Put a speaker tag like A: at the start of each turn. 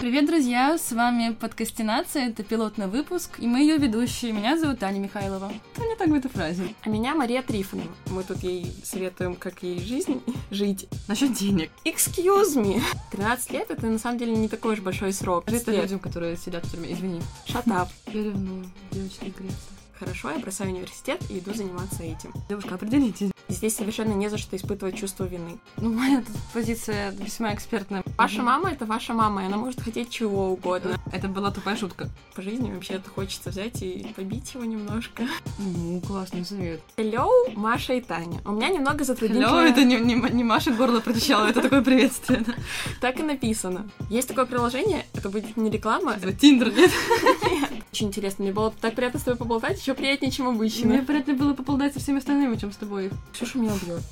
A: Привет, друзья! С вами подкастинация, это пилотный выпуск, и мы ее ведущие. Меня зовут Аня Михайлова. Кто не так в этой фразе?
B: А меня Мария Трифонова. Мы тут ей советуем, как ей жизнь жить.
A: Насчет денег.
B: Excuse me! 13 лет — это на самом деле не такой уж большой срок.
A: Скажи это
B: 13 лет.
A: людям, которые сидят в тюрьме. Извини.
B: Shut up.
A: Я ревную. Девочки Греция.
B: Хорошо, я бросаю университет и иду заниматься этим.
A: Девушка, определитесь.
B: И Здесь совершенно не за что испытывать чувство вины.
A: Ну, моя тут позиция весьма экспертная.
B: Ваша
A: Мгм.
B: мама — это ваша мама, и она может хотеть чего угодно.
A: Это была тупая шутка.
B: По жизни вообще-то хочется взять и побить его немножко.
A: Ну, классный совет.
B: Hello, Маша и Таня. У меня немного
A: Алло,
B: затруднительное...
A: это не, не, не Маша горло прочищала, это такое приветствие. да.
B: Так и написано. Есть такое приложение, это будет не реклама.
A: Это Тиндер, нет?
B: Очень интересно, мне было так приятно с тобой поболтать, еще приятнее, чем обычно.
A: приятно было поболтать со всеми остальными, чем с тобой.
B: Ксюша меня убьет.